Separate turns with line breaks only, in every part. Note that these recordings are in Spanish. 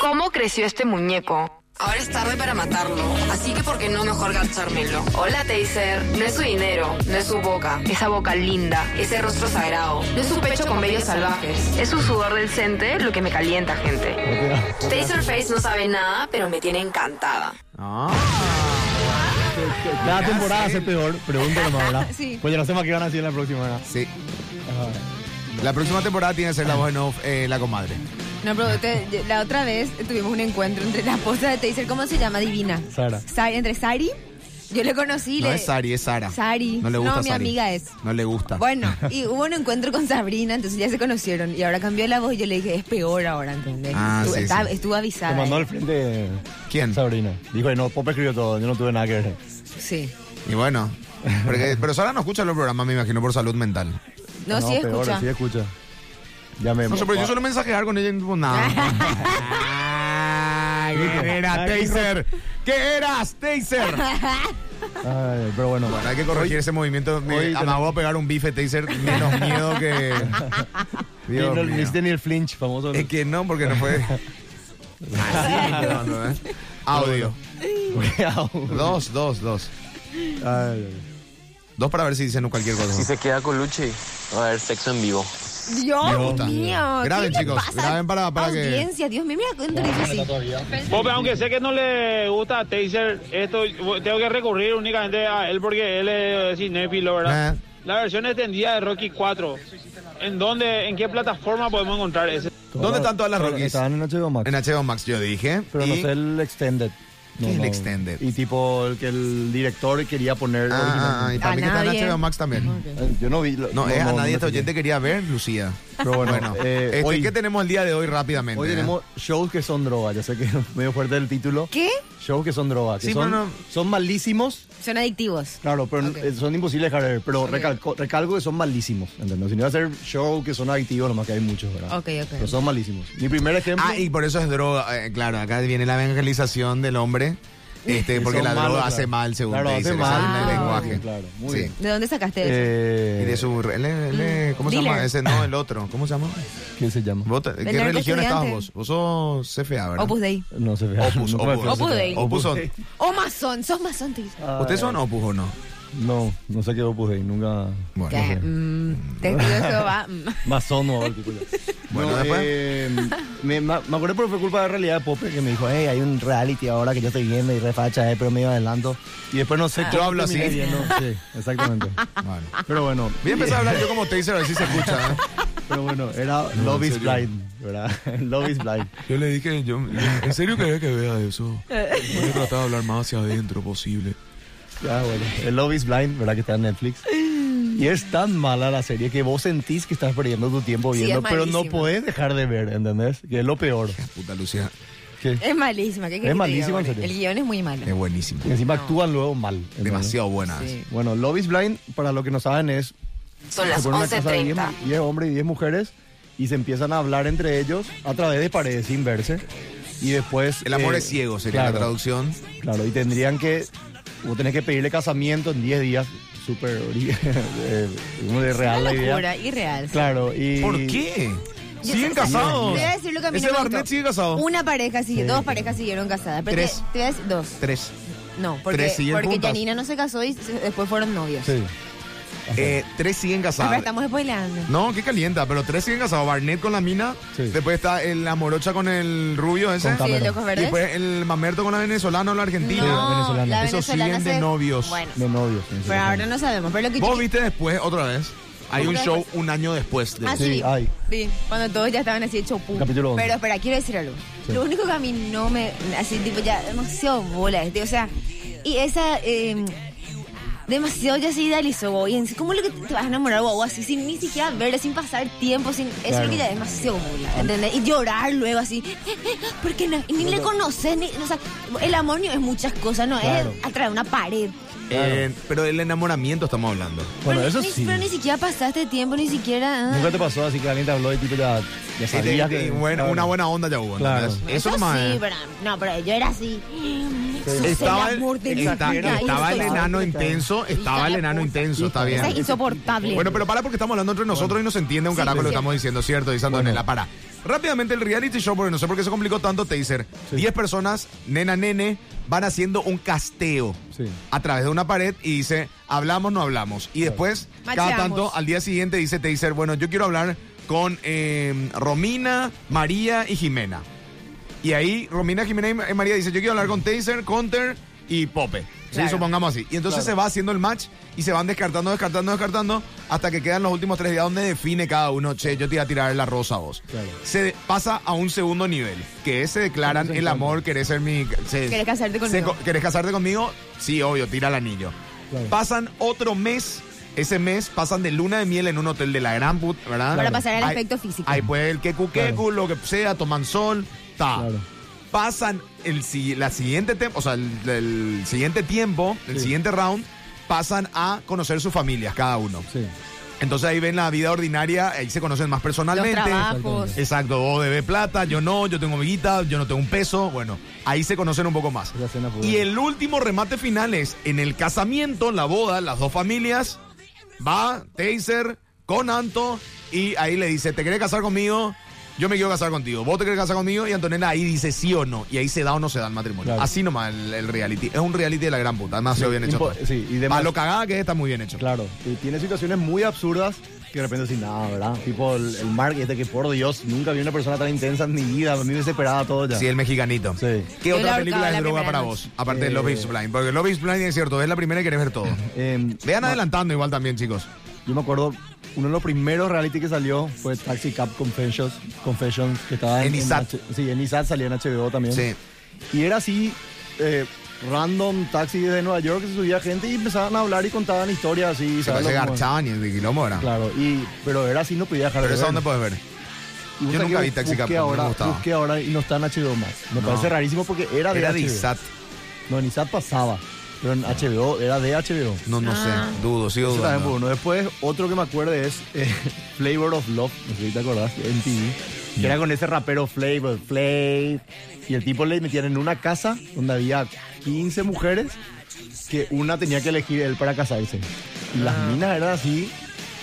¿Cómo creció este muñeco?
Ahora es tarde para matarlo, así que ¿por qué no mejor ganchármelo?
Hola, Taser.
No es su dinero, no es su boca,
Esa boca linda.
ese rostro sagrado,
No es su pecho con vellos salvajes. Es su sudor del cente lo que me calienta, gente.
Taserface no sabe nada, pero me tiene encantada.
Ah.
Cada temporada es peor, pregúntalo más, ¿verdad?
Sí.
Pues ya no sé más qué van a hacer en la próxima, ¿verdad?
Sí. La próxima temporada tiene que ser la voz en off, eh, la comadre.
No, pero te- la otra vez tuvimos un encuentro entre la esposa de Taser, ¿cómo se llama? Divina.
Sara.
Sa- entre Sari, yo le conocí.
No
le-
es Sari, es Sara.
Sari.
No le gusta
No, mi
Sari.
amiga es.
No le gusta.
Bueno, y hubo un encuentro con Sabrina, entonces ya se conocieron. Y ahora cambió la voz y yo le dije, es peor ahora, ¿entendés?
Ah,
estuvo,
sí,
estaba-
sí.
estuvo avisada.
Te mandó
eh.
al frente
¿Quién?
Sabrina. Dijo, no, Pop escribió todo, yo no tuve nada que ver.
Sí.
Y bueno. porque- pero Sara no escucha los programas, me imagino, por salud mental.
No, sí
peor,
escucha.
Sí escucha. Ya me...
No sé, pero yo suelo mensajear con ella y no tipo nada. Ay, ¿Qué era, Taser? ¿Qué eras, Taser?
Ay, pero bueno.
Bueno, hay que corregir ese movimiento. Me
hoy
me voy a pegar un bife taser menos miedo que.
Y
Dios
no
mío. Eh,
ni hiciste ni el flinch famoso.
Es que no, porque no puede. Así, no, no, ¿eh? Audio. Dos, dos, dos.
Ay,
Dos para ver si dicen cualquier cosa.
Si se queda con Luchi, va a haber sexo en vivo.
Dios
Me gusta.
mío. ¿qué
Graben,
le
chicos,
pasa
graben para- para que-
Audiencia, Dios mío, mira cuánto difícil.
Pope, aunque sé que no le gusta a Taser, esto bo- tengo que recurrir únicamente a él porque él es cinéfilo, ¿verdad?
Eh.
La versión extendida de Rocky 4. ¿En dónde, en qué plataforma podemos encontrar ese?
¿Dónde están todas las Rockies?
Estaban en HBO Max.
En HBO Max, yo dije.
Pero no
y-
sé el extended. No,
¿Qué es el
no.
extended?
Y tipo el que el director quería poner.
Ah, ah, ah, y
originalmente.
para
A
mí que está en
nadie.
HBO Max también.
Eh, Yo no vi. lo-
No, es a nadie este
me fijé.
oyente quería ver, Lucía.
Pero bueno, eh,
Este,
hoy,
¿Qué tenemos el día de hoy rápidamente?
hoy
eh?
tenemos shows que son droga. Ya sé que es medio fuerte el título.
¿Qué?
Shows que son droga. Que
Sí,
son,
pero no-
son malísimos.
Son adictivos.
Claro, pero
Ok.
eh, son imposibles de dejar de ver. Pero recalco, recalco que son malísimos. ¿Entendés? Si no iba a ser shows que son adictivos, nomás que hay muchos, ¿verdad?
Ok, ok.
Pero son malísimos. Mi primer ejemplo.
Ah, y por eso es droga. eh, claro, acá viene la evangelización del hombre. Este,
que
porque
son
la droga
malos, claro.
hace mal, según
Claro,
te
hace
dice,
mal.
según el
Ah,
lenguaje.
Claro, muy
Sí.
bien.
¿De dónde sacaste eso?
Eh,
Y de su. le- le- ¿Cómo se
Mm, Dealer.
llama? Ese no, el otro. ¿Cómo se llama?
¿Qué se llama?
¿Vos te- ¿Qué
narco
religión estabas
estudiante.
vos? Vos sos CFA, ¿verdad?
Opus Dei.
No se ve.
Opus,
No me
Opus.
acuerdo.
Opus Dei. Ah.
Opus son.
O masón, sos masón, te dice.
¿Ustedes son Opus o no?
No, no sé qué Opus Dei, nunca.
Bueno.
Que, mm, te digo eso, va. mm.
Masón o algo tipo ya.
Bueno,
No,
después.
eh, me, me acordé por fue culpa de realidad de Pope que me dijo, hey, hay un reality ahora que yo estoy viendo y refacha, eh, pero medio adelanto. Y después no sé
Yo
cómo
hablo así.
terminé viendo. Sí, exactamente.
Bueno.
Pero bueno.
Voy a empezar a hablar yo como Taser, a ver si se escucha. ¿eh?
Pero bueno, era
No,
Love
en
is
serio.
Blind, ¿verdad? Love is Blind.
Yo le dije, yo, en serio quería que vea eso. Voy a tratar de hablar más hacia adentro posible.
Ah, bueno. El Love is Blind, ¿verdad? Que está en Netflix. Y es tan mala la serie que vos sentís que estás perdiendo tu tiempo
Sí, es
viendo, pero no
malísima.
podés dejar de ver, ¿entendés? Que es lo peor.
Puta Lucía,
Que
Es malísima. ¿qué querés que te diga,
malísima, en
Jorge?
serio.
El guión es muy malo.
es buenísimo.
que encima actúan luego mal. ¿entendés?
Demasiado buena.
Sí.
Bueno, Love is Blind, para los que no saben, es...
Son
se
las
pone una casa de 10
11.30.
mu- 10 hombres y 10 mujeres y se empiezan a hablar entre ellos a través de paredes sin verse. Y después...
El amor
eh,
es ciego, sería la
claro.
traducción.
Claro, y tendrían que. Vos tenés que pedirle casamiento en 10 días. Súper. ori- eh, Uno de real
Una
la idea.
locura, irreal.
Claro, y.
¿Por qué?
Yo
¿Siguen
sé-
casados?
Te voy a decir lo que a mí
Ese
no me
Barnett
gustó.
sigue casado.
Una pareja sigue, dos parejas siguieron casadas. Pero
Tres.
Te, te voy a decir dos.
Tres.
No, porque,
Tres siguen
porque
juntas.
Janina no se casó y se- después fueron novios.
Sí.
Eh, tres siguen
Pero
casados.
estamos spoileando.
No, qué calienta, pero tres siguen casados. Barnett con la mina,
Sí.
después está el la morocha con el rubio ese.
Con
Ah, Sí,
Cameron.
locos
y
verdes.
después el mamerto con la venezolana o la argentina.
no,
venezolana.
la venezolana.
Esos siguen de
se-
novios.
Bueno,
De novios. en
pero
serio.
ahora no sabemos. Pero lo que
Vos
yo-
viste después, otra vez, hay un
Otra
show
vez.
un año después de
Ah,
Sí,
sí,
ay.
sí, cuando todos ya estaban así hecho pum.
Capítulo once.
Pero espera, quiero decir algo.
Sí.
Lo único que a mí no me. Así, tipo, ya demasiado bola. este, o sea, y esa. eh, demasiado ya se idealizó, vos. Y en sí, ¿cómo es lo que te vas a enamorar, vos? Así, sin ni siquiera verle, sin pasar tiempo, sin. Eso es
Claro.
lo que ya es demasiado bola, ¿entendés? Y llorar luego así. Porque no- ni le conoces, ni. O sea, el amor no es muchas cosas, no
Claro.
es atraer una pared.
Eh, pero del enamoramiento estamos hablando.
Bueno,
pero,
eso
ni,
sí.
pero ni siquiera pasaste tiempo, ni siquiera. ah.
Nunca te pasó así que alguien te habló y tipo ya. Ya
Y te-
sabías que.
Este, y bueno,
claro.
una buena onda ya hubo.
Claro.
¿entendés? Eso
Yo
nomás.
sí,
es.
pero, no, pero yo era así. Sus
Estaba el,
amor de mi
está-
vida,
estaba el
insoportable.
enano intenso, estaba el enano intenso, está bien.
Esa es insoportable.
Bueno, pero para porque estamos hablando entre nosotros y nos entiende un carajo lo que estamos diciendo, ¿cierto? Dice Antonella, para. Rápidamente el reality show, porque no sé por qué se complicó tanto, Taser. 10 personas, nena, nene, van haciendo un casteo
Sí.
a través de una pared y dice, hablamos, no hablamos. Y después, cada
Macheamos.
tanto, al día siguiente dice Taser, bueno, yo quiero hablar con eh, Romina, María y Jimena. Y ahí Romina, Jimena y Ma- eh, María dice, yo quiero hablar con Taser, Conter y Pope. Sí,
Claro.
supongamos así. Y entonces se va haciendo el match y se van descartando, descartando, descartando hasta que quedan los últimos tres días donde define cada uno, che, yo te iba a tirar la rosa a vos.
Claro.
Se de- pasa a un segundo nivel, que es se declaran el amor, querés ser mi... se-
¿Querés casarte conmigo?
co- ¿Querés casarte conmigo? Sí, obvio, tira el anillo.
Claro.
Pasan otro mes, ese mes pasan de luna de miel en un hotel de la gran put, ¿verdad?
Para pasar al
Ahí-
aspecto físico.
Ahí puede el quecu quecu, lo que sea, toman sol, ta.
Claro.
Pasan el, si- la siguiente tem- o sea, el, el siguiente tiempo, el siguiente round, pasan a conocer sus familias, cada uno.
Sí.
Entonces ahí ven la vida ordinaria, ahí se conocen más
Los
personalmente.
trabajos.
Exacto, vos debes plata, yo no, yo tengo mi guita, yo no tengo un peso. Bueno, ahí se conocen un poco más.
Es la cena fugaz.
Y el último remate final es en el casamiento, en la boda, las dos familias. Va Taser con Anto y ahí le dice: ¿Te querés casar conmigo? Yo me quiero casar contigo. ¿Vos te querés casar conmigo? Y Antonella ahí dice sí o no. Y ahí se da o no se da el matrimonio.
Claro.
Así nomás el, el reality. Es un reality de la gran puta. Además, se bien hecho.
impo-
todo.
sí, y demás-
Pa' lo cagada que es, está muy bien hecho.
Claro, y tiene situaciones muy absurdas que de repente sin nada, ¿verdad? Tipo el, el Mark este que por Dios, nunca vi una persona tan intensa en mi vida, a mí me desesperaba todo ya.
Sí, el mexicanito.
Sí.
¿Qué
Yo
otra
la
película
ahorcaba
es
la
droga
primera
para
noche.
vos? Aparte de
Eh,
Love is Blind. Porque Love is Blind es cierto, es la primera y querés ver todo.
Eh,
Vean
ma-
adelantando igual también, chicos.
Yo me acuerdo, uno de los primeros reality que salió fue Taxi Cab Confessions, Confessions que estaba en,
En ISAT.
H- sí, en ISAT salía en HBO también.
Sí.
Y era así, eh, random taxi desde Nueva York que se subía gente y empezaban a hablar y contaban historias así.
Se
¿sabes?
parece que
Como-
garchaban y el de quilombo era.
Claro, y, pero era así, no podía dejar
Pero
de
eso
verlo.
dónde puedes ver.
Y
Yo
busca
nunca
que
vi Taxi
busqué
Cab, no me
ahora,
gustaba.
busqué ahora y no está en HBO más. Me
No.
parece rarísimo porque era de
Era
HBO.
de ISAT.
No, en ISAT pasaba, pero en HBO, era de HBO.
No, no
Ah.
sé. Dudo, sigo
Eso también fue
dudando.
uno. Después, otro que me acuerde es eh, Flavor of Love, no sé si te acordás, en TV. Que era con ese rapero Flavor, Flav. Y el tipo le metían en una casa donde había 15 mujeres que una tenía que elegir él para casarse. Y las
Ah.
minas eran así,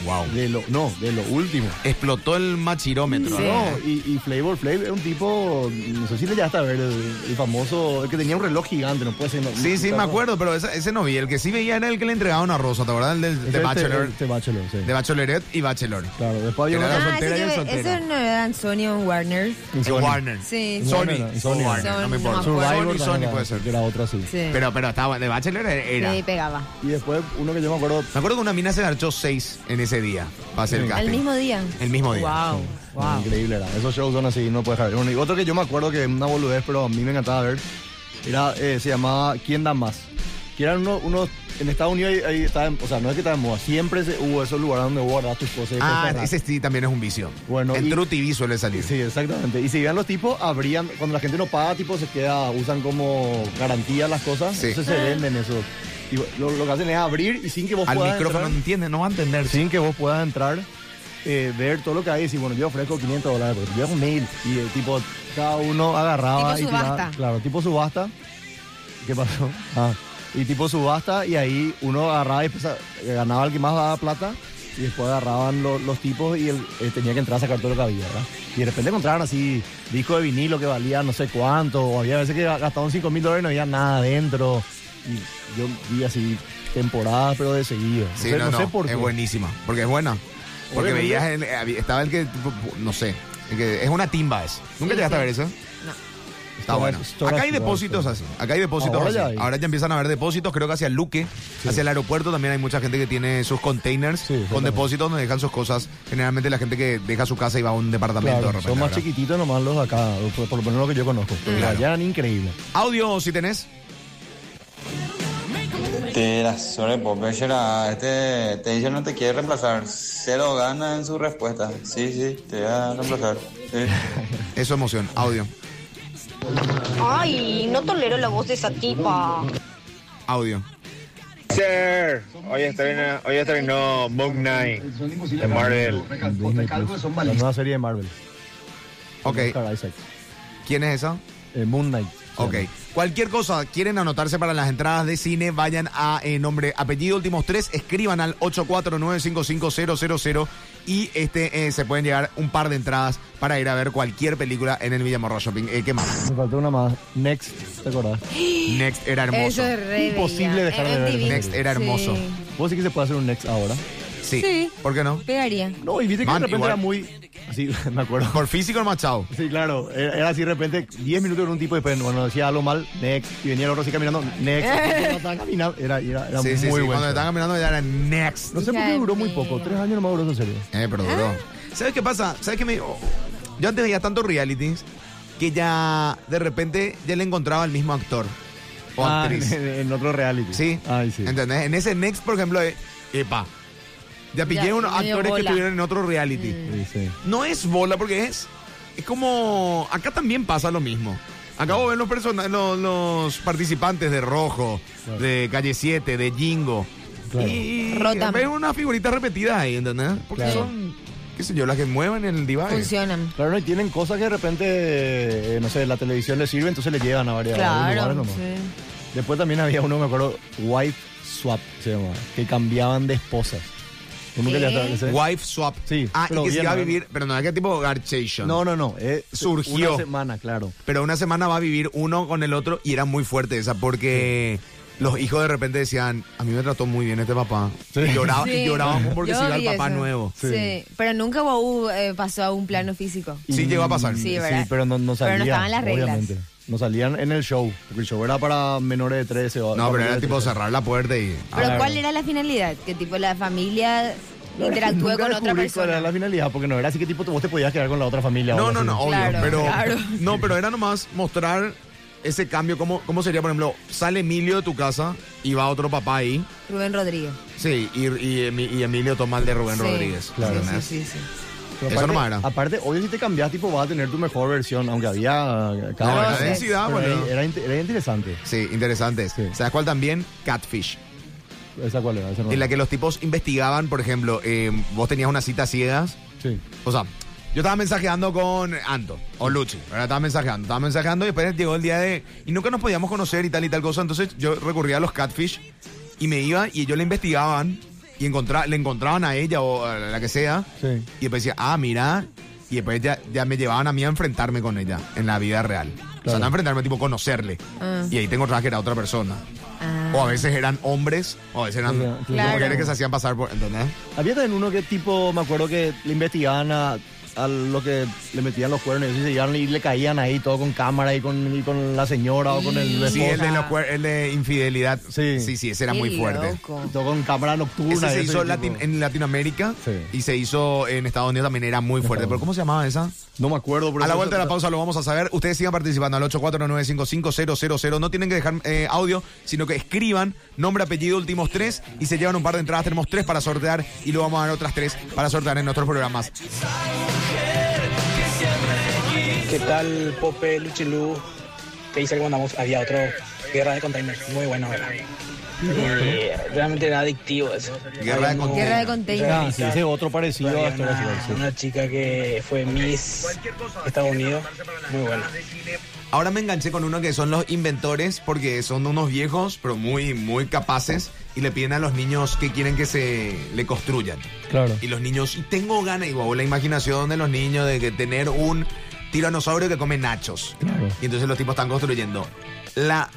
Wow.
de lo, no, de lo último.
Explotó el machirómetro.
No, y, y Flavor Flav es un tipo, no sé si le llegaste a ver, el, el famoso, el que tenía un reloj gigante, no puede ser. no-
Sí, sí,
no-
me acuerdo, pero ese, ese no vi. El que sí veía era el que le entregaba una rosa, ¿te acuerdas? El del-
Ese
de
es
Bachelor.
Este Bachelor, sí.
De Bachelorette y Bachelor.
Claro, después había
Era
una-
la
Ah,
soltera y el
ese, que-
soltero.
ese no eran Sony o Warner.
En
En
Sony.
Warner.
Sí.
Sony.
Warner, en Sony.
O Warner, no me
Sony, no
importa.
me acuerdo.
Survivor
Sony, Sony
también
puede
era,
ser.
que era otra sí.
Sí.
Pero, pero estaba, de Bachelor era.
Sí, pegaba.
Y después uno que yo me acuerdo,
Me acuerdo que una mina se garchó seis en ese día para hacer el
Al
casting.
mismo día.
El mismo día.
Wow, wow.
increíble era. Esos shows son así, no puedes dejar. Bueno, y otro que yo me acuerdo que es una boludez, pero a mí me encantaba ver, era, eh, se llamaba ¿Quién da más? Que eran unos, unos- en Estados Unidos ahí, ahí está en- o sea, no es que está en moda, siempre se- hubo esos lugares donde vos guardás tus cosas. y
Ah,
cosas.
ese sí también es un vicio.
Bueno,
en
y-
True TV suele salir.
Sí, exactamente. Y si iban los tipos, abrían, cuando la gente no paga, tipo, se queda, usan como garantía las cosas,
Sí.
entonces se venden eso. Y lo, lo que hacen es abrir y sin que vos
Al
puedas
micrófono
entrar-
no entiende, no va a entender.
sin que vos puedas entrar, eh, ver todo lo que hay y decir, bueno, yo ofrezco 500 dólares, pues, yo hago 1000. Y el tipo, cada uno agarraba.
Tipo
y tiraba-
subasta.
claro, tipo subasta. ¿Qué pasó? Ah, y tipo subasta, y ahí uno agarraba y empezaba- ganaba el que más daba plata. Y después agarraban lo- los tipos y él eh, tenía que entrar a sacar todo lo que había, ¿verdad? Y de repente encontraban así disco de vinilo que valía no sé cuánto, o había veces que gastaban 5 mil dólares y no había nada adentro. Y yo vi así temporadas, pero de seguido.
Sí,
sé-
no, no,
sé por
es
qué.
buenísima, porque es buena. Porque
Obviamente.
veías, en- eh, había- estaba el que, tipo, no sé, el que es una timba es. ¿Nunca llegaste a ver eso?
No.
Está
Todas-
bueno.
todas
Acá hay
igual,
depósitos
pero-
así. Acá hay depósitos
Ahora
así.
ya hay.
Ahora ya empiezan a haber depósitos, creo que hacia Luque, hacia el aeropuerto también hay mucha gente que tiene sus containers
Sí,
con
exactamente.
depósitos donde dejan sus cosas. Generalmente la gente que deja su casa y va a un departamento
Claro,
de repente,
son más
¿verdad?
chiquititos nomás los de acá, o por, por lo menos los que yo conozco. Pero
Claro.
allá eran increíbles.
Audio si tenés.
Tira, sobre Pope, será. Este Taser no te quiere reemplazar. Cero gana en su respuesta. Sí, sí, te va a reemplazar. Sí.
Eso emoción. Audio.
Ay, no tolero la voz de esa tipa.
Audio.
Sir, hoy estrenó, hoy estrenó Moon Knight de Marvel.
La nueva serie de Marvel.
Ok.
Oscar Isaac.
¿Quién es esa?
Eh, Moon Knight. se
Ok.
llama.
Cualquier cosa, quieren anotarse para las entradas de cine, vayan a eh, nombre, apellido, últimos tres, escriban al 84955000 Y este eh, se pueden llegar un par de entradas para ir a ver cualquier película en el Villamorra Shopping. Eh, ¿Qué más?
Me faltó una más. Next, ¿te acordás?
Next era hermoso.
Eso es re
Imposible
bella.
dejar de ver
MTV.
Next era hermoso.
Sí.
Vos sí que se puede hacer un next ahora.
Sí.
Sí.
¿Por qué no?
Pegaría.
No, y viste que
Man,
de repente
igual.
era muy. Sí, me acuerdo.
Por físico el machado.
Sí, claro. Era era así de repente 10 minutos con un tipo y después cuando decía algo mal, next. Y venía el otro así caminando, next. No estaba caminando. Era, era, era
Sí,
muy
sí, sí.
bueno.
Cuando estaban caminando ya era next.
No sé por
Hija
qué
de
duró muy
mí.
poco. Tres años nomás duró esa serie.
Eh, pero duró.
Ah.
¿Sabes qué pasa? ¿Sabes qué me.? oh, yo antes veía tantos realities que ya de repente ya le encontraba al mismo actor o
Ah,
actriz.
en, en otro reality.
¿Sí?
Ay, sí.
¿Entendés? En ese Next, por ejemplo, eh, epa. Ya pillé
Ya,
unos
medio
actores que
bola. Mm.
estuvieron en otro reality.
Sí, sí.
No es bola porque es. Es como. Acá también pasa lo mismo. Acabo de ver los, persona- los, los participantes de Rojo, de Calle 7, de Jingo.
Claro.
Y
Rotan.
ves unas figuritas repetidas ahí, ¿entendés? Porque
Claro.
son, qué sé yo, las que mueven el divide.
Funcionan.
Claro, y tienen cosas que de repente, eh, no sé, la televisión les sirve, entonces le llevan a varias a varios
Claro.
lugares nomás.
sí.
Después también había uno, me acuerdo, Wife Swap se llamaba, que cambiaban de esposas. Uno que
¿Qué?
ya estaba- ese-
Wife swap.
Sí,
Ah, y
pero
que se
bien,
va a
¿no?
vivir. Pero no, es que tipo Garchation.
No, no, no. eh,
Surgió.
Una semana, claro.
Pero una semana va a vivir uno con el otro y era muy fuerte esa porque los hijos de repente decían, a mí me trató muy bien este papá.
Sí.
Y lloraba- y
Sí.
llorábamos porque
Yo
se iba el
vi
papá
eso.
nuevo.
Sí. Pero nunca Guau eh, pasó a un plano físico.
Sí, llegó a pasar.
Sí, ¿verdad?
pero no, no
Pero
salían.
no estaban las reglas.
Obviamente. No salían en el show. Porque el show era para menores de 13 o.
No, pero era
menores de
tipo
13.
cerrar la puerta y...
Pero
Claro.
¿cuál era la finalidad? Que tipo la familia interactúe
Nunca
con otra
descubrí cuál era
persona.
la finalidad, porque no era así que tipo vos te podías quedar con la otra familia.
No,
o
no,
algo
no,
así.
obvio.
Claro,
pero,
claro.
No, pero era nomás mostrar ese cambio. ¿Cómo, cómo sería, por ejemplo, sale Emilio de tu casa y va otro papá ahí?
Rubén Rodríguez.
Sí, y, y Emi- y Emilio toma el de Rubén
Sí.
Rodríguez.
Claro.
¿entendés?
Sí, sí, sí.
Pero
Eso
aparte,
nomás era.
Aparte, obvio, si te cambias, tipo, vas a tener tu mejor versión, aunque había. eh,
No,
cada
era
vez-
densidad,
pero
boludo.
era, era inte- era interesante.
Sí, interesantes.
Sí.
¿Sabes cuál también? Catfish.
¿Esa cuál era? Esa no
En la
era.
que los tipos investigaban, por ejemplo, eh, vos tenías una cita a ciegas.
Sí.
O sea, yo estaba mensajeando con Anto o Luchi, ¿verdad? Estaba mensajeando, estaba mensajeando y después llegó el día de. Y nunca nos podíamos conocer y tal y tal cosa. Entonces yo recurría a los catfish y me iba y ellos le investigaban y encontra- le encontraban a ella o a la que sea.
Sí.
Y después decía, ah, mira. Y después ya, ya me llevaban a mí a enfrentarme con ella en la vida real. O sea,
Claro.
no enfrentarme, tipo conocerle.
Ah.
Y ahí te encontrabas que era otra persona.
Ah.
O a veces eran hombres, o a veces eran
Claro.
mujeres que se hacían pasar por. ¿Entendés?
Había también uno que tipo, me acuerdo que le investigaban a, a lo que le metían los cuernos y así se llegaban y le caían ahí todo con cámara y con, y con la señora o con el esposo.
Sí, el de, los cuer- el de infidelidad. Sí.
Sí.
sí, ese era
Qué
muy fuerte.
loco.
Y todo con cámara nocturna. y
Ese se
eso,
hizo
y
Latin-
tipo-
en Latinoamérica
Sí.
y se hizo en Estados Unidos también era muy fuerte. ¿Pero cómo se llamaba esa?
No me acuerdo. pero
A la
eso-
vuelta de la pausa lo vamos a saber. Ustedes sigan participando al 849-55000. No tienen que dejar eh, audio, sino que escriban nombre, apellido, últimos tres y se llevan un par de entradas. Tenemos tres para sortear y luego vamos a dar otras tres para sortear en nuestros programas.
¿Qué tal, Pope, Luchilu? Te dice cuando vamos, había otro Guerra de Containers, muy bueno, ¿verdad? Eh, realmente era adictivo eso.
Guerra de
Había un-
Guerra de containers.
Ah, sí, ese es otro parecido a
había
Astro
una,
World, sí.
una chica que fue Miss Estados Unidos, muy buena.
Ahora me enganché con uno que son los inventores, porque son unos viejos, pero muy, muy capaces, y le piden a los niños que quieren que se le construyan.
Claro.
Y los niños, y tengo ganas, y wow, la imaginación de los niños de que tener un tiranosaurio que come nachos.
Claro.
Y entonces los tipos están construyendo. La.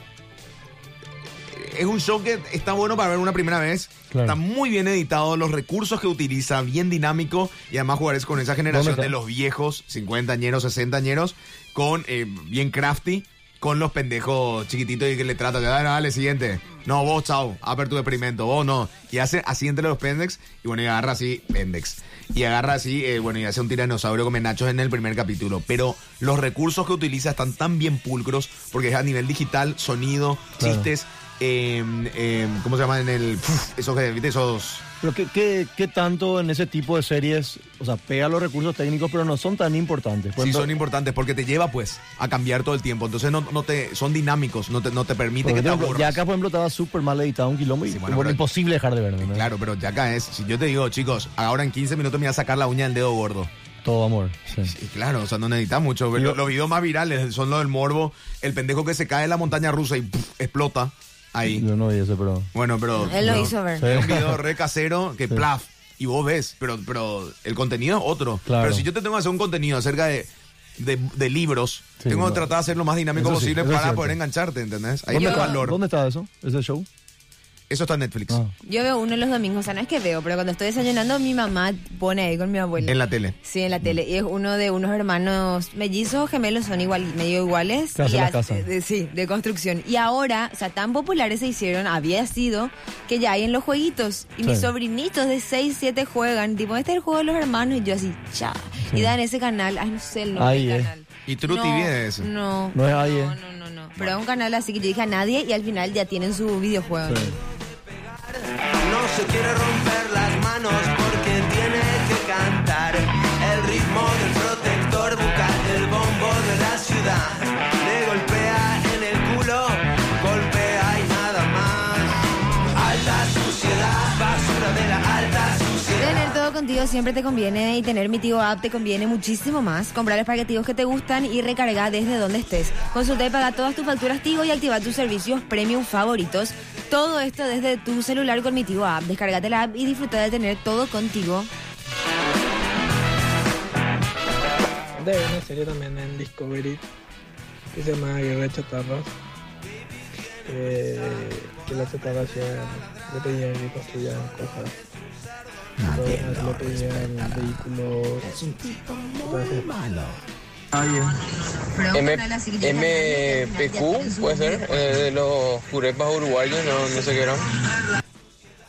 Es un show que está bueno para ver una primera vez.
Claro.
Está muy bien editado, los recursos que utiliza, bien dinámico. Y además jugar es con esa generación
está?
de los viejos, 50 añeros, 60 añeros, con eh, bien crafty, con los pendejos chiquititos y que le trata. Dale, dale, siguiente. No, vos, chao, aper tu experimento, vos no. Y hace así entre los pendex, y bueno, y agarra así, pendex. Y agarra así, eh, bueno, y hace un tiranosaurio con nachos en el primer capítulo. Pero los recursos que utiliza están tan bien pulcros, porque es a nivel digital, sonido,
Claro.
chistes, em, em, ¿cómo se llama? En el. puf, esos que, viste, esos.
Pero ¿qué, qué, qué tanto en ese tipo de series, o sea, pega los recursos técnicos, pero no son tan importantes? Por
Sí,
ejemplo,
son importantes porque te lleva pues a cambiar todo el tiempo. Entonces no, no te son dinámicos, no te, no te permite
por
que te
ejemplo,
aburras.
ya acá, por ejemplo, estaba súper mal editado un kilómetro y
Sí, bueno,
bueno,
pero-
imposible dejar de verlo. ¿no?
Claro, pero ya acá es. Si yo te digo, chicos, ahora en 15 minutos me voy a sacar la uña del dedo gordo.
Todo amor. sí.
Y claro, o sea, no necesitas mucho. Pero
Yo-
los videos más virales son los del morbo, el pendejo que se cae en la montaña rusa y puf, explota ahí.
Yo no vi eso, pero.
Bueno, pero.
Él lo
no.
Eh.
hizo ver.
Es un video re casero que plaf. y vos ves, pero, pero el contenido es otro.
Claro.
Pero si yo te tengo que hacer un contenido acerca de, de, de libros,
Sí,
tengo que
no.
tratar de hacer lo más dinámico
Eso sí,
posible
eso es
para
cierto.
poder engancharte, ¿entendés? Ahí
¿Dónde
está el
está,
valor.
¿Dónde está eso? ¿Ese show?
Eso está en Netflix,
Ah.
Yo veo uno los domingos, o sea, no es que veo, pero cuando estoy desayunando, mi mamá pone ahí con mi abuela.
en la tele.
Sí, en la
Mm.
tele. Y es uno de unos hermanos mellizos, gemelos, son igual, medio iguales.
Que hace
Y
la
hace-
casa.
de- sí, de construcción. Y ahora, o sea, tan populares se hicieron, había sido, que ya hay en los jueguitos. Y mis
Sí.
sobrinitos de 6, 7 juegan, tipo, este es el juego de los hermanos, y yo así, cha.
Sí.
Y dan ese canal, ay, no sé el nombre
Ahí,
del
eh.
canal.
Y True TV es ese.
No,
No es ahí, eh.
no, no, no, no. Pero es un canal así que yo dije a nadie y al final ya tienen su videojuego.
Sí.
No se quiere romper las manos porque tiene que cantar el ritmo del protector bucal del bombo de la ciudad. Le golpea en el culo, golpea y nada más. Alta suciedad, basura de la alta suciedad.
Tener todo contigo siempre te conviene y tener mi tío app te conviene muchísimo más. Comprar los paquetivos que te gustan y recargar desde donde estés. Consulta y paga todas tus facturas Tigo y activa tus servicios premium favoritos. Todo esto desde tu celular con mi tío app. Descargate la app y disfruta de tener todo contigo.
De una serie también en Discovery que se llama Guerra de Chatarras. Eh, que las chatarras hacían- le pedían que construyan cosas. Entonces, le pedían vehículos. Entonces,
M- MPQ, Eh, puede ser, eh, de los curepas uruguayos, no, no sé qué eran.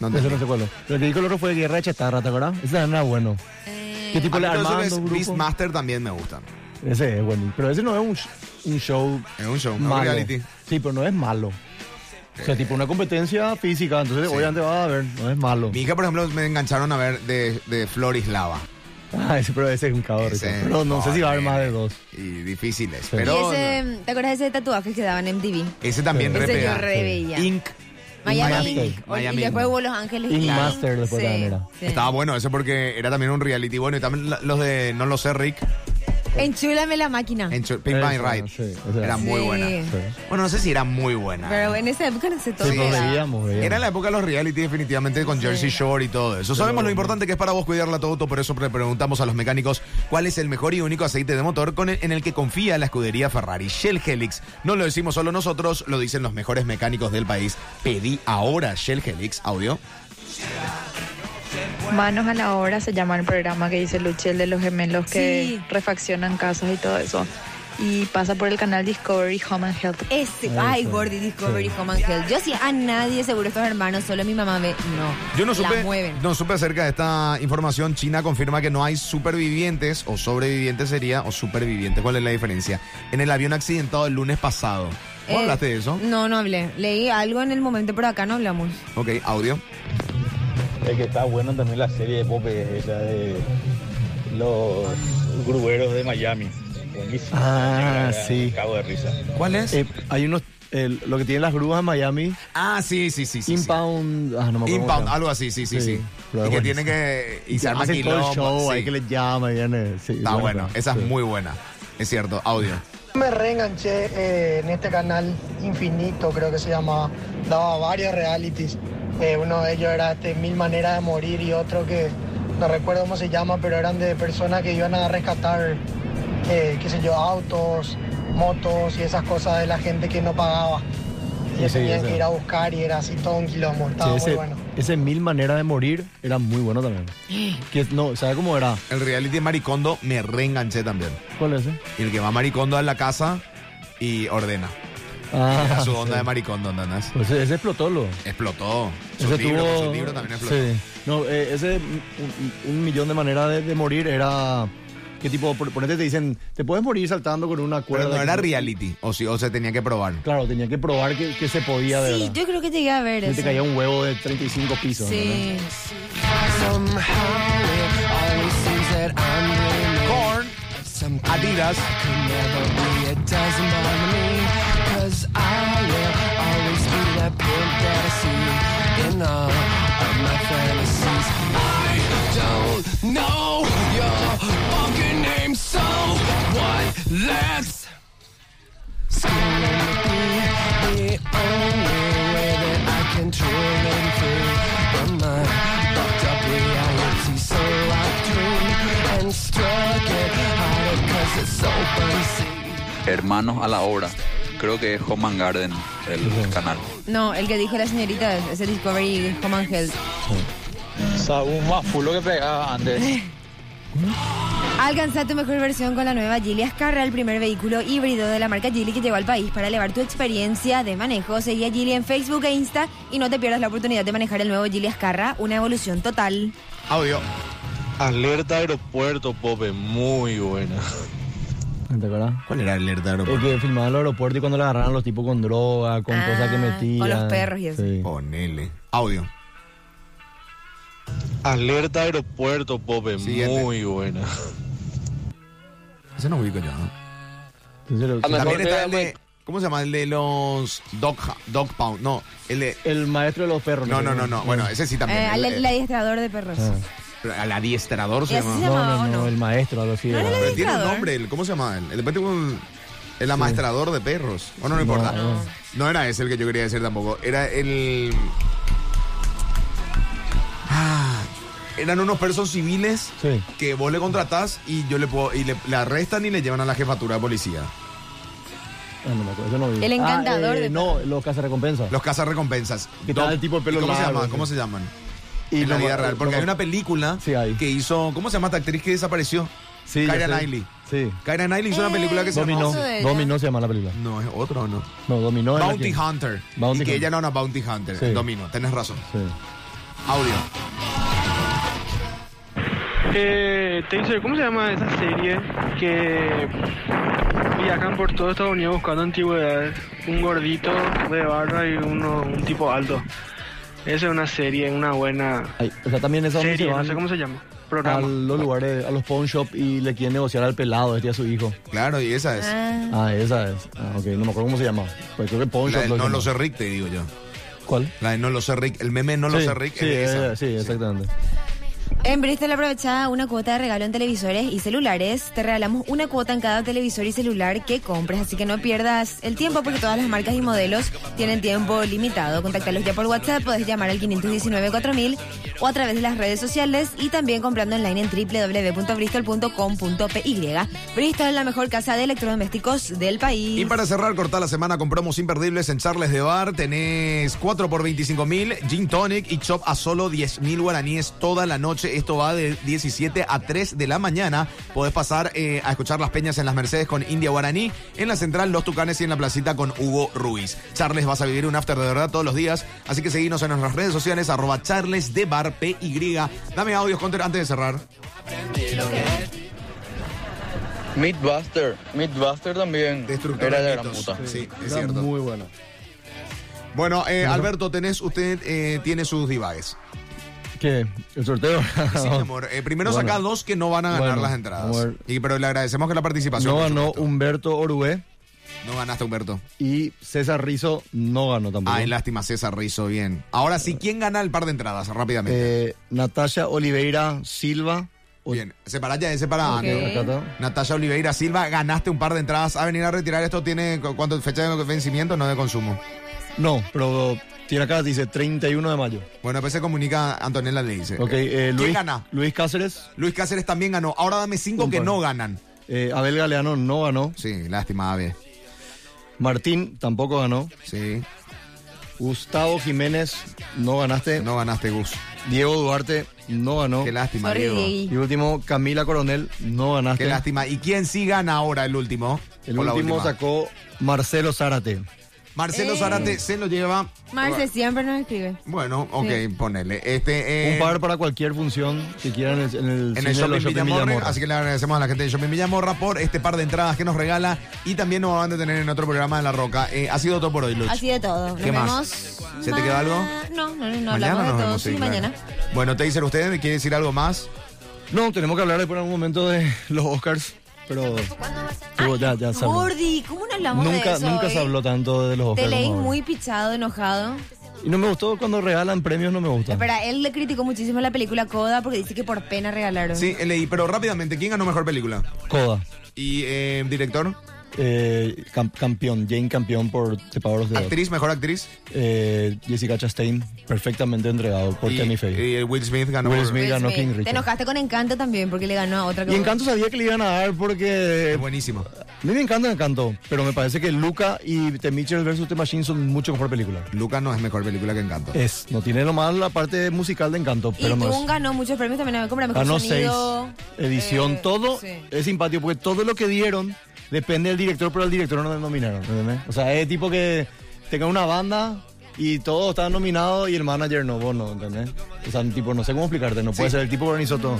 No
Ese no sé cuál es. Lo que dijo el otro fue guerra de chatarra, ¿te acuerdas? Ese no era bueno.
Eh,
¿Qué tipo le
A mí todos
armaban
esos
los grupos?
Beastmaster también me gustan.
Ese es bueno. Pero ese no es un, sh- un show.
Es un show, no,
malo.
reality. Eh.
Sí, pero no es malo. O sea, tipo una competencia física. Entonces, obviamente va a ver, no es malo.
Mi hija, por ejemplo, me engancharon a ver de, de Florislava.
Ah, ese, pero ese es un cabrón.
Ese-
Pero no sé si va a haber más de dos.
Y difíciles.
Y
Pero
ese, ¿Te acuerdas de ese tatuaje que daban en TV?
ese también
Ese
repega.
yo re veía.
Inc.
Miami,
Miami.
Inc.
Miami
Y después
Inc.
hubo Los Ángeles.
Ink
Claro.
Master, después
Sí,
también era.
sí.
Estaba bueno ese porque era también un reality bueno. Y también la- los de No lo sé, Rick.
Enchúlame la máquina.
En Ch- Pink Mind Ride. era muy
Sí. pues,
buena. Bueno, no sé si era muy buena.
Pero en esa época no se todo.
pero
era.
veíamos, veíamos.
Era la época de los reality, definitivamente, con Jersey Shore y todo eso. Sabemos lo importante que es para vos cuidar la Toto, por eso le preguntamos a los mecánicos cuál es el mejor y único aceite de motor con el- en el que confía la escudería Ferrari Shell Helix. No lo decimos solo nosotros, lo dicen los mejores mecánicos del país. Pedí ahora Shell Helix audio.
Manos a la obra se llama el programa que dice Luchel de los gemelos que
Sí.
refaccionan casas y todo eso. Y pasa por el canal Discovery Home and Health.
Ese, ay, Gordy Discovery Home and Health. Yo sí a nadie, seguro estos hermanos, solo mi mamá ve. No.
Yo no
La
supe,
mueven.
no supe acerca de esta información. China confirma que no hay supervivientes, o sobrevivientes sería, o supervivientes. ¿Cuál es la diferencia? En el avión accidentado el lunes pasado. ¿Vos
Eh,
hablaste de eso?
No, no hablé. Leí algo en el momento, pero acá no hablamos.
Ok, audio.
Es que está bueno también la serie de Pope, la de los gruberos de Miami. Buenísimo.
Ah, sí. Eh,
Cago de risa.
¿Cuál es?
hay unos. el- lo que tienen las grúas en Miami.
Ah, sí, sí, sí. sí
Impound. Ah, no me acuerdo.
Impound, algo así, sí, sí, sí.
pero
Y que
bueno,
tiene
sí.
que. Y se arma
hacen todo el
quilombo,
show
sí.
ahí que les llama y viene. Sí,
Está bueno, esa es muy buena. Es cierto, audio.
Me reenganché eh, en este canal Infinito, creo que se llamaba. Daba varios realities. Eh, uno de ellos era este, Mil Maneras de Morir y otro que no recuerdo cómo se llama, pero eran de personas que iban a rescatar, eh, qué sé yo, autos, motos y esas cosas de la gente que no pagaba. Y
Sí,
ellos
sí,
tenían
ese.
que ir a buscar y era así todo un quilombo.
Sí,
Estaba muy
ese,
bueno.
ese Mil Maneras de Morir era muy bueno también. Que, no, ¿sabes cómo era?
El reality de Maricondo me reenganché también.
¿Cuál es ese?
Y el que va a Maricondo a la casa y ordena.
Ah,
Era su onda
sí.
de Maricondo, ¿entendés?
Pues ese explotó lo.
Explotó. Su
Ese
libro,
tuvo.
su libro también explotó.
Sí. No, eh, ese un, un- un millón de maneras de, de morir era. ¿Qué tipo? Por- Ponete, te dicen, te puedes morir saltando con una cuerda.
Pero no era
Que-
reality, o, sí, o se tenía que probar.
Claro, tenía que probar que, que se podía de
Sí,
verdad.
yo creo que llegué a ver
Y
eso.
te caía un huevo de 35 pisos.
Sí.
Korn, Adidas.
Let's be the only way that I can truly free from my fucked up reality.
Hermanos a la obra. Creo que es Home and Garden el canal.
No, el que dijo la señorita es el Discovery Home and Health.
Sabún más fulo que pegaba antes.
Alcanza tu mejor versión con la nueva Gili Ascarra, el primer vehículo híbrido de la marca Gili que llegó al país para elevar tu experiencia de manejo. Seguí a Gili en Facebook e Insta y no te pierdas la oportunidad de manejar el nuevo Gili Ascarra, una evolución total.
Audio.
Alerta aeropuerto, Pope, muy buena.
¿Te acuerdas?
¿Cuál era el alerta
El
aeropuerto?
que filmaba el aeropuerto y cuando le agarraron los tipos con droga, con
Ah,
cosas que metían.
con los perros y eso.
Sí.
Ponele. Audio.
Alerta aeropuerto, Pope,
Siguiente.
muy buena.
Ese no ubico yo, ¿no?
Entonces, lo-
También está el de. ¿Cómo se llama? El de los Dog, ha- dog Pound. No, el de.
El maestro de los perros.
No, no, no, no. Bueno, ese sí también.
Eh, al
El-
el adiestrador de perros.
Ah.
el- Al adiestrador se
Y así
llama.
se llama.
No, no,
¿o
no,
no?
el maestro, algo así.
No
era.
era
Pero tiene un
Adiestrador.
nombre, el- ¿cómo se llama? El, el, repente un- el amaestrador de perros. O no, no importa. No, era ese el que yo quería decir tampoco. Era el. Ah, eran unos perros civiles
Sí.
que vos le contratás y yo le puedo, y le, le arrestan y le llevan a la jefatura de policía.
Ah, no me acuerdo, eso no vi.
El encantador
Ah, eh,
de
No, los cazarrecompensas.
Los cazarrecompensas.
Que estaba
Dog-
el tipo de pelo
¿y ¿Cómo se
largo,
llaman?
sí.
¿Cómo se llaman?
Y
en
lo
la
ma-
vida real. Porque
lo
hay
ma-
una película
Sí, hay.
que hizo. ¿Cómo se llama esta actriz que desapareció?
Sí, ya
Kyra
sé.
Knightley.
Sí.
Kyra Knightley hizo una película que se
Dominó.
llama.
de ella.
Dominó se llama la película.
No, es otro, ¿no?
No, Dominó es la
Bounty
que-
Hunter.
Bounty
y que
Hunter.
ella no era Bounty Hunter.
Sí.
Domino, tenés razón.
Sí.
Audio.
Eh, Taser, ¿cómo se llama esa serie que viajan por todo Estados Unidos buscando antigüedades? Un gordito de barra y uno, un tipo alto. Esa es una serie, una buena
Ahí, o sea, también esa donde se
serie, no
van
sé cómo se llama.
a
Programa.
los lugares, a los pawn shop y le quieren negociar al pelado, este a su hijo.
Claro, y esa es.
Ah.
Ah, esa es. Ah, ok, no me acuerdo cómo se llama. Pues creo que pawn
La
shop.
de
lo
No lo
llaman.
sé Rick, te digo yo.
¿Cuál?
La de No lo sé Rick. El meme de No lo
sí,
sé Rick
sí,
es
eh,
esa.
sí, exactamente.
En Bristol aprovechada una cuota de regalo en televisores y celulares. Te regalamos una cuota en cada televisor y celular que compres, así que no pierdas el tiempo porque todas las marcas y modelos tienen tiempo limitado. Contactarlos ya por WhatsApp, podés llamar al 519-4000 o a través de las redes sociales y también comprando online en www.bristol.com.py. Bristol es la mejor casa de electrodomésticos del país.
Y para cerrar, cortar la semana con promos imperdibles en Charles de Bar. Tenés 4 por 25 mil, Gin Tonic y Chop a solo 10 mil guaraníes toda la noche. Esto va de 17 a 3 de la mañana. Podés pasar eh, a escuchar las peñas en las Mercedes con India Guaraní, en la central Los Tucanes y en la placita con Hugo Ruiz. Charles, vas a vivir un after de verdad todos los días. Así que seguinos en nuestras redes sociales, arroba Charles de Bar PY. Dame audios, Conter, antes de cerrar.
Midbuster, Midbuster también.
Destructor
Era
de
de gran
mitos.
puta.
Sí, es
Era
cierto.
Muy buena.
Bueno, eh, Alberto, tenés, usted eh, tiene sus divagues.
¿Qué? ¿El sorteo?
Sí, mi amor. Eh, primero
Bueno.
saca dos que no van a ganar
Bueno,
las entradas.
amor.
Y, pero le agradecemos que la participación.
no
por
ganó
supuesto.
Humberto Orué
No ganaste, Humberto.
y César Rizo no ganó tampoco.
Ay, lástima, César Rizo, bien. Ahora sí, ¿quién gana el par de entradas? Rápidamente.
Eh, Natasha Oliveira Silva. o-
bien, separa ya, separa. Andrés.
Acá está.
Natalia Oliveira Silva, ganaste un par de entradas. A venir a retirar esto, ¿tiene cu- cuánto fecha de vencimiento? No de consumo.
No, pero tiene acá, dice 31 de mayo.
Bueno, después se comunica Antonella, le dice.
Ok, eh, Luis,
¿Quién gana?
Luis Cáceres,
Luis Cáceres también ganó. Ahora dame cinco
Un
que
par.
no ganan.
eh, Abel Galeano no ganó,
Sí, lástima, Ave.
Martín tampoco ganó,
Sí,
Gustavo Jiménez no ganaste,
no ganaste, Gus.
Diego Duarte no ganó
Qué lástima,
Sorry,
Diego.
Diego.
y último Camila Coronel no ganaste.
Qué lástima. ¿Y quién sí gana ahora el último?
El
O la
último
última.
sacó Marcelo Zárate.
Marcelo
Eh.
Zárate se lo lleva.
Marce siempre nos escribe.
Bueno, ok,
Sí.
ponele. Este, eh,
Un par para cualquier función que quieran en el, en el
en
cine
el
de
Shopping
los
Villamorra.
Villamorra.
Así que le agradecemos a la gente de Shopping Villamorra por este par de entradas que nos regala y también nos van a tener en otro programa de La Roca. Eh, ha sido todo por hoy, Luch.
Así de todo. Nos
¿Qué más?
vemos.
¿Se te quedó algo?
ma- No, no, no, no
mañana
hablamos de
nos
todo.
vemos,
Sí,
sí, claro.
mañana.
Bueno, te dicen ustedes, ¿quiere decir algo más?
No, tenemos que hablar después en algún momento de los Oscars, pero Estuvo- ya, ya se habló.
Gordi, ¿cómo no hablamos de
nunca,
eso
nunca se
hoy?
habló tanto de los
Te
Oscars.
leí
como ahora.
muy pichado, enojado.
Y no me gustó cuando regalan premios, no me gusta.
Pero a él le criticó muchísimo la película Coda porque dice que por pena regalaron.
Sí, leí, pero rápidamente, ¿quién ganó mejor película?
Coda.
¿Y eh, director?
eh, cam- campeón, Jane campeón por Te pago los dedos.
¿Actriz, mejor actriz?
Eh, Jessica Chastain, perfectamente entregado por
Y-
Tammy Faye.
Y el Will Smith ganó.
Will
por-
Smith ganó King
Pues Te
Richard.
enojaste con Encanto también porque le ganó a otra que
Y
vos-
Encanto sabía que le iban a dar porque...
buenísimo.
A mí me encanta Encanto, pero me parece que Luca y The Mitchell vs. The Machine son mucho mejor película.
Luca no es mejor película que Encanto.
Es, no tiene lo más la parte musical de Encanto,
Y
pero no es.
Tun ganó muchos premios también. Me compra mejor
Ganó
sonido.
seis. Edición,
eh,
todo
sí.
es simpático, porque todo lo que dieron depende del director, pero al director no le nominaron. ¿entendés? O sea, es tipo que tenga una banda y todos están nominados y el manager no, vos no, ¿entendés? O sea, tipo, no sé cómo explicarte, no puede ser el tipo que organizó todo.